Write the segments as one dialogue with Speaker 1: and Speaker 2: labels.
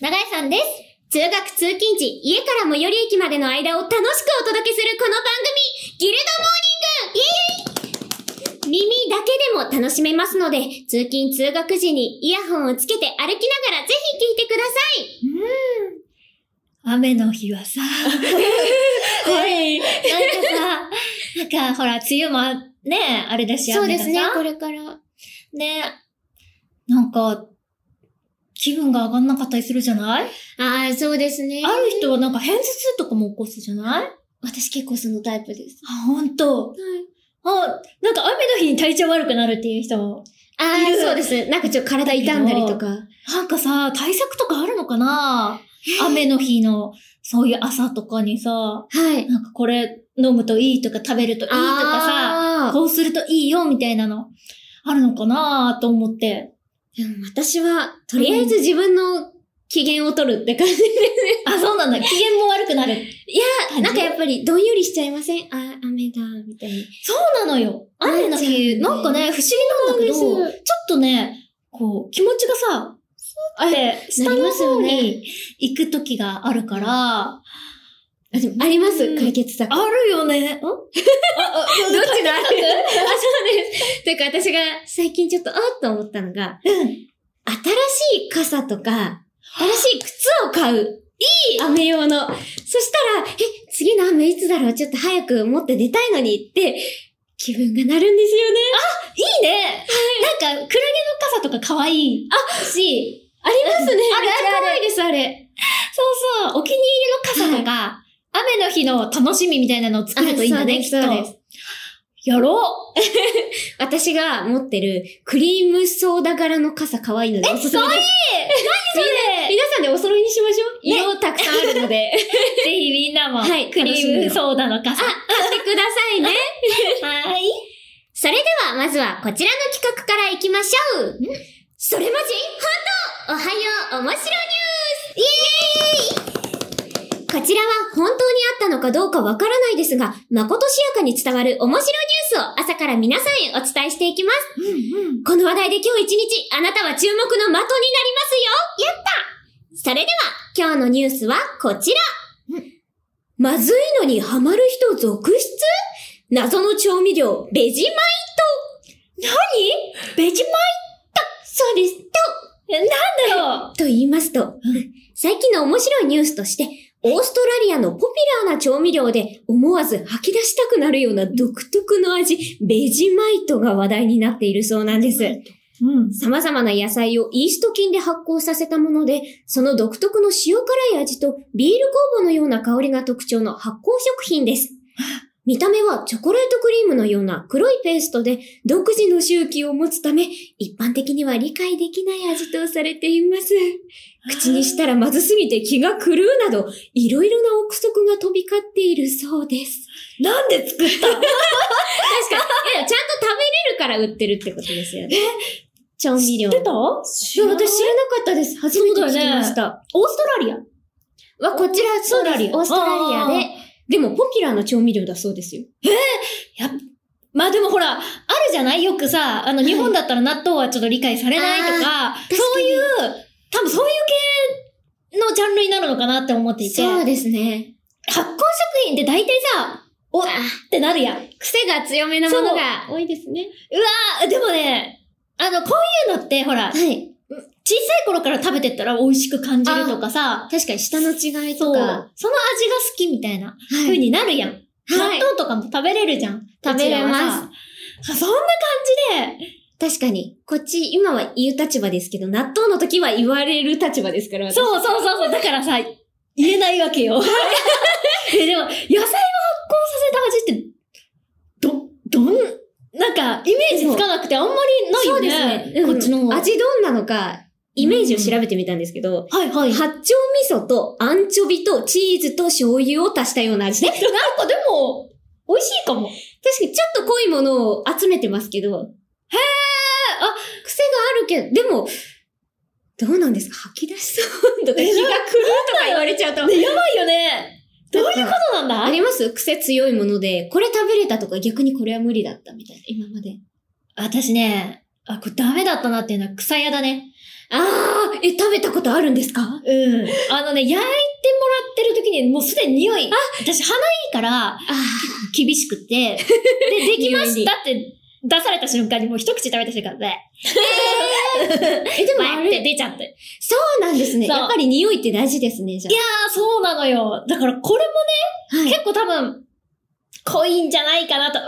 Speaker 1: 長井さんです。通学通勤時、家から最寄り駅までの間を楽しくお届けするこの番組、ギルドモーニングイエーイ耳だけでも楽しめますので、通勤通学時にイヤホンをつけて歩きながらぜひ聞いてください。
Speaker 2: 雨の日はさ、
Speaker 1: はい。なんか
Speaker 2: なんかほら、梅雨もね、あれだし、
Speaker 1: さ、そう
Speaker 2: 雨
Speaker 1: で
Speaker 2: が
Speaker 1: す
Speaker 2: さ
Speaker 1: ね、これから。
Speaker 2: ね。なんか、気分が上がんなかったりするじゃない、
Speaker 1: ああ、そうですね。
Speaker 2: ある人はなんか偏頭痛とかも起こすじゃないあ、
Speaker 1: 私結構そのタイプです。
Speaker 2: ほんと。あ、なんか雨の日に体調悪くなるっていう人も。
Speaker 1: あ
Speaker 2: いる
Speaker 1: あ、そうです。なんかちょっと体痛んだりとか。
Speaker 2: なんかさ、対策とかあるのかな雨の日の、そういう朝とかにさ、
Speaker 1: はい。いい
Speaker 2: なんかこれ飲むといいとか食べるといいとか
Speaker 1: さ
Speaker 2: さ、こうするといいよ、みたいなの、あるのかなと思って。
Speaker 1: でも私は、とりあえず自分の機嫌を取るって感じで。
Speaker 2: あ、そうなんだ。機嫌も悪くなる。
Speaker 1: いや
Speaker 2: 感じ
Speaker 1: なんかやっぱりどんよりしちゃいませんあ、雨だ、みたいな。
Speaker 2: そうなのよ。雨の日、な
Speaker 1: なんんか
Speaker 2: かね、
Speaker 1: ね
Speaker 2: 不思議なんだけど、ち
Speaker 1: そう
Speaker 2: ょ
Speaker 1: な
Speaker 2: っ
Speaker 1: ん
Speaker 2: とね、こう、気持ちがさ、あれ、下
Speaker 1: なり
Speaker 2: の
Speaker 1: ますよ
Speaker 2: 方
Speaker 1: ね
Speaker 2: に行く時があるから、
Speaker 1: あでもありま
Speaker 2: う
Speaker 1: す、
Speaker 2: ん
Speaker 1: 解決策。
Speaker 2: あるよね。んあ あ
Speaker 1: どっちが あるあ、そうです。てか私が最近ちょっと、あっと思ったのが、
Speaker 2: うん。
Speaker 1: 新しい傘とか、新しい靴を買う。いい雨用の。そしたら、え、次の雨いつだろうちょっと早く持って出たいのにって、気分がなるんですよね。
Speaker 2: いいね。なんか、クラゲの傘とか可愛い。あし、
Speaker 1: ありますね。
Speaker 2: あるあるある
Speaker 1: 可愛いです、あれ。
Speaker 2: そうそう、お気に入りの傘とか、雨の日の楽しみみたいなのを作るといいんだね、
Speaker 1: あ
Speaker 2: きっ
Speaker 1: そ
Speaker 2: と
Speaker 1: うですそうで。
Speaker 2: やろう
Speaker 1: 私が持ってるクリームソーダ柄の傘可愛いのでおすすめです。
Speaker 2: それ
Speaker 1: 皆さんでお揃いにしましょう。
Speaker 2: ね
Speaker 1: 色たくさんあるので、
Speaker 2: ぜひみんなも、
Speaker 1: はい
Speaker 2: クリームソーダの傘。
Speaker 1: 買
Speaker 2: は
Speaker 1: ってくださいね。
Speaker 2: い。
Speaker 1: それでは、まずはこちらの企画からいきましょう。それまじ本当おはよう面白ニュースイエーイこちらは本当にあったのかどうかわからないですが、まことしやかに伝わる面白ニュースを朝から皆さんへお伝えしていきます。
Speaker 2: うんうん。
Speaker 1: この話題で今日一日、あなたは注目の的になりますよやったそれでは、今日のニュースはこちらまずいのにハマる人続出謎の調味料、ベジマイト何ベジマイトそうです、
Speaker 2: なんだろう
Speaker 1: とと言いますと、最近の面白いニュースとして、オーストラリアのポピュラーな調味料で思わず吐き出したくなるような独特の味、ベジマイトが話題になっているそうなんです。
Speaker 2: うん。
Speaker 1: 様々な野菜をイースト菌で発酵させたもので、その独特の塩辛い味とビール酵母のような香りが特徴の発酵食品です。見た目はチョコレートクリームのような黒いペーストで独自の周期を持つため、一般的には理解できない味とされています。口にしたらまずすぎて気が狂うなど、いろいろな憶測が飛び交っているそうです。
Speaker 2: なんで作った
Speaker 1: 確かに。いや、ちゃんと食べれるから売ってるってことですよね。調味料。
Speaker 2: た
Speaker 1: いや、私知らなかったです。初めて聞きました。
Speaker 2: オーストラリア。
Speaker 1: わ、こちら、そうです。オーストラリアで。でも、ポピュラーな調味料だそうですよ。
Speaker 2: まあでもほら、あるじゃないよくさ、あの、日本だったら納豆はちょっと理解されないとか、そういう、多分そういう系のジャンルになるのかなって思っていて、
Speaker 1: そう
Speaker 2: 発
Speaker 1: ですね。
Speaker 2: 酵食品って大体さ、おっ
Speaker 1: あ
Speaker 2: てなるやん。
Speaker 1: 癖が強めなものが多いですね。
Speaker 2: あ、でもね、あの、こういうのってほ
Speaker 1: は
Speaker 2: ら、
Speaker 1: い。
Speaker 2: 小さい頃から食べてったら美味しく感じるとかさ、
Speaker 1: 確かに、舌の違い
Speaker 2: そ
Speaker 1: と
Speaker 2: う、その味
Speaker 1: か。
Speaker 2: が好きみたいな
Speaker 1: は
Speaker 2: 風
Speaker 1: い。
Speaker 2: になるやん。
Speaker 1: はい
Speaker 2: 納豆とかも食べれるじゃん。
Speaker 1: 食べれます
Speaker 2: す。あそんな感じで、
Speaker 1: 確かに、こっち、今は言う立場ですけど、納豆の時は言われる立場ですから、私
Speaker 2: そうそうそうそう、だからさ、言えないわけ よ。えでも、野菜を発酵させた味って、ど、どん、なんか、イメージつかなくてあんまりない
Speaker 1: そ
Speaker 2: よ
Speaker 1: うで
Speaker 2: ね。
Speaker 1: すね。
Speaker 2: こっちの
Speaker 1: う
Speaker 2: 方
Speaker 1: ん
Speaker 2: が。
Speaker 1: 味どんなのか、イメージを調べてみたんですけど、
Speaker 2: はいはい。なんか
Speaker 1: 八丁味噌とアンチョビとチーズと醤油を足したような味で。確
Speaker 2: でも、美味しいかも。
Speaker 1: かにちょっと濃いものを集めてますけど。へー、あ、癖があるけど、でも、どうなんですか吐き出しそうとか
Speaker 2: え
Speaker 1: 気が狂うとか言われちゃうと。
Speaker 2: ね、やばいよね。どういうことなんだ
Speaker 1: あります癖強いもので、これ食べれたとか逆にこれは無理だったみたいな、今まで。
Speaker 2: 私ね、あ、これダメだったなっていうのは草屋だね。
Speaker 1: あー、え、食べたことあるんですか
Speaker 2: うん。あのね、焼いてもらってる時にもうすでに匂い。私鼻いいから
Speaker 1: あー、
Speaker 2: 厳しく て。で、できましたって出された瞬間にもう一口食べた瞬間で、
Speaker 1: え、でもあ
Speaker 2: バーって
Speaker 1: れ、
Speaker 2: 出ちゃって。
Speaker 1: そうなんですね。
Speaker 2: そう
Speaker 1: やっぱり匂いって大事ですね、じゃあ。
Speaker 2: いやー、そうなのよ。だからこれも
Speaker 1: はい、
Speaker 2: 結構多分、濃いんじゃないかなと。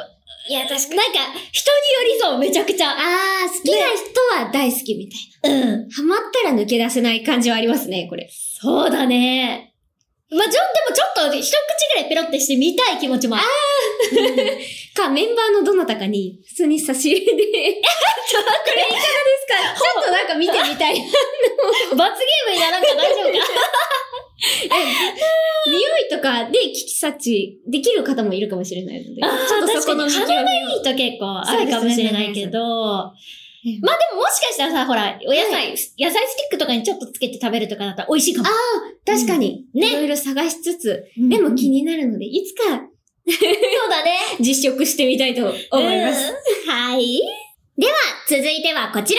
Speaker 2: いや、確かなんか、人によりそう、めちゃくちゃ。
Speaker 1: あー、好きな人は大好きみたい
Speaker 2: うん。
Speaker 1: な。ハマったら抜け出せない感じはありますね、これ。
Speaker 2: そうだね。まあ、ちょ、でもちょっと、一口ぐらいペロってしてみたい気持ちもある。
Speaker 1: か、メンバーのどなたかに、普通に差し入れで。これいかがですかちょっとなんか見てみたい。匂い
Speaker 2: 罰ゲームにならんか大丈夫 か
Speaker 1: とかで聞き察知できる方もいるかもしれないので。
Speaker 2: あー
Speaker 1: ちょっとそこの見
Speaker 2: 確
Speaker 1: 極
Speaker 2: かに
Speaker 1: め
Speaker 2: いいと結構あるかもしれないけど。まあ
Speaker 1: ね
Speaker 2: でももしかしたらさ、ほら、お野菜、野菜スティックとかにちょっとつけて食べるとかだったら美味しいかも
Speaker 1: あ。確かに、
Speaker 2: うんね
Speaker 1: いろいろ探しつつ、
Speaker 2: で
Speaker 1: で
Speaker 2: も
Speaker 1: も気
Speaker 2: 気に
Speaker 1: になるので、いつか
Speaker 2: そうだね。
Speaker 1: 実食してみたいと思います。
Speaker 2: うん。はい。
Speaker 1: では、続いてはこちらです。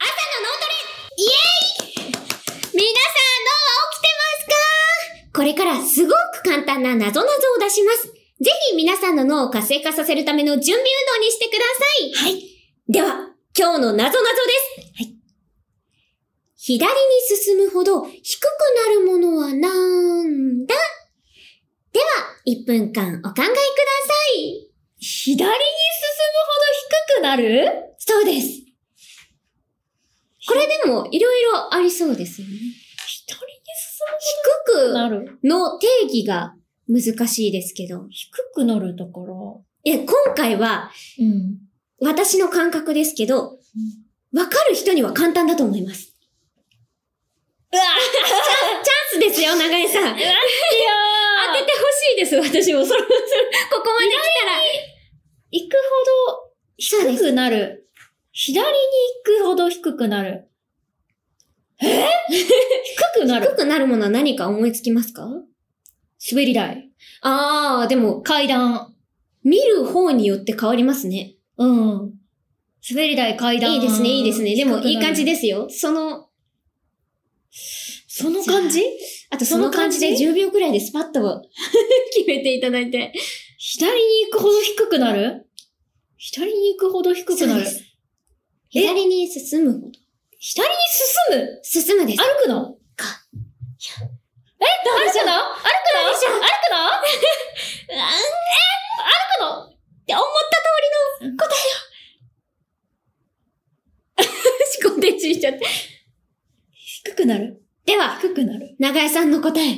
Speaker 1: 朝の脳トレイエーイ皆さん脳は起きてますかこれからすごく簡単な謎々を出します。ぜひ皆さんの脳を活性化させるための準備運動にしてください。はい。では、今日の謎々です。はい。左に進むほど低くなるものはなんだでは、1分間お考えください。
Speaker 2: 左に進むほど低くなる
Speaker 1: そうです。これでもいろいろありそうですよね。
Speaker 2: 左に
Speaker 1: 低
Speaker 2: 進む
Speaker 1: く
Speaker 2: なる
Speaker 1: の定義が難しいですけど。
Speaker 2: 低くなるところ。
Speaker 1: え、今回は
Speaker 2: うん。
Speaker 1: 私の感覚ですけど、わかる人には簡単だと思います。
Speaker 2: うわ
Speaker 1: チャンスですよ、長井さん。当てて
Speaker 2: いやー
Speaker 1: ほしいです、私も。そろそろ、ここまで来たら。
Speaker 2: 行く
Speaker 1: そう
Speaker 2: ほど
Speaker 1: で
Speaker 2: 低
Speaker 1: す。
Speaker 2: くなる。左に行くほど低くなる。え低くなる
Speaker 1: 低くなるものは何か思いつきますか
Speaker 2: 滑り台。
Speaker 1: あー、でも、
Speaker 2: 階段。
Speaker 1: 見る方によって変わりますね。
Speaker 2: うん。滑り台、階段。
Speaker 1: いいですね、いいですね。でも、
Speaker 2: 低くなる
Speaker 1: いい感じですよ。その、
Speaker 2: その感じ
Speaker 1: あとその感じで
Speaker 2: そ
Speaker 1: 10秒くらいでスパッと 決めていただいて。
Speaker 2: 左に行くほど低くなる左に行くほど低くなる
Speaker 1: そうで。す左に進むほど。
Speaker 2: 左に進む
Speaker 1: 進むです。
Speaker 2: 歩くの
Speaker 1: か
Speaker 2: え歩くの歩く
Speaker 1: でし
Speaker 2: の
Speaker 1: ょう
Speaker 2: 歩くのえ歩くの
Speaker 1: って思った通りの答えを。 思考停止しちゃって。
Speaker 2: 低くなる
Speaker 1: では、
Speaker 2: 低くなる
Speaker 1: 長井さんの答え。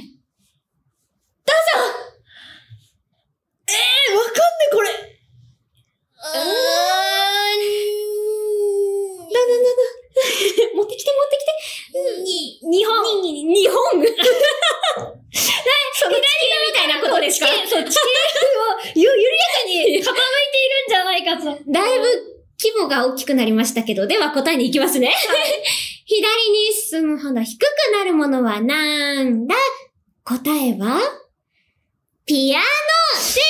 Speaker 2: えわかんねこれ
Speaker 1: うーん。なななな。持ってきて持ってきて。に、日本。に、に、 日本。な、その地球みたいなことですか
Speaker 2: 地形そう、地 形をゆ緩やかに傾いているんじゃないかと。
Speaker 1: だいぶ規模が大きくなりましたけど、では答えに行きますね。左に進むほど低くなるものはなんだ答えは、ピアノです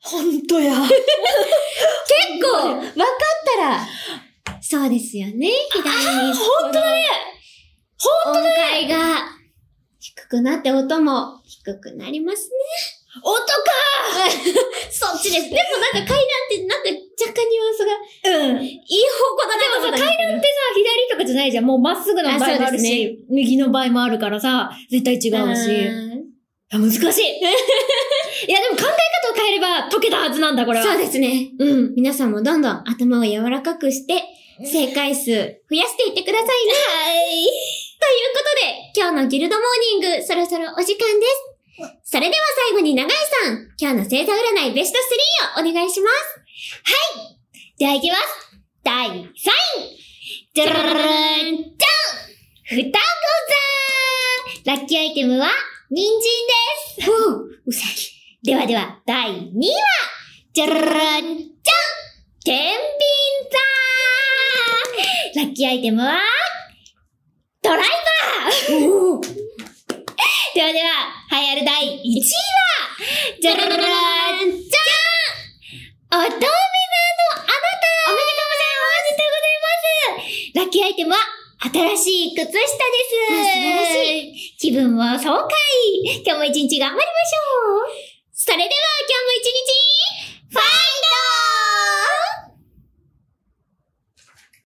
Speaker 2: ほんとや。
Speaker 1: 結構、わかったら、そうですよね。左に進む。
Speaker 2: ほんとだね
Speaker 1: 音階が低くなって音も低くなりますね。
Speaker 2: 音か
Speaker 1: そっちです。でもなんか階段ってなんか若干ニュアンスが
Speaker 2: うん。
Speaker 1: いい方向だなと思ったんですけど。階段っ
Speaker 2: でさ、左とかじゃないじゃん。もうまっすぐの場合もある
Speaker 1: あそう
Speaker 2: し、右の場合もあるからさ、絶対違うし。あ難しい。いや、でも考え方を変えれば解けたはずなんだ、これは。
Speaker 1: そうですね。うん。皆さんもどんどん頭を柔らかくして、正解数増やしていってくださいね。はい。ということで、今日のギルドモーニング、そろそろお時間です。それでは最後に長井さん、今日の星座占いベスト3をお願いします。はい。では行きます。第3位。じゃららららんじゃん双子座ラッキーアイテムは、人参です。おう、うさぎ。ではでは、第2位は、じゃらららんじゃん天秤座ラッキーアイテムは、
Speaker 2: ドライ
Speaker 1: おお
Speaker 2: ではでは、栄えある第1位は、じゃらららら
Speaker 1: じゃんおめでとう
Speaker 2: 乙女座のあなたおめでとうございますおめでとうございますラッ
Speaker 1: きアイテムは、新しい靴下です。
Speaker 2: わ素晴らし
Speaker 1: い。気分も爽快。今日も一日頑張りましょう。それでは、今日も一日、ファイ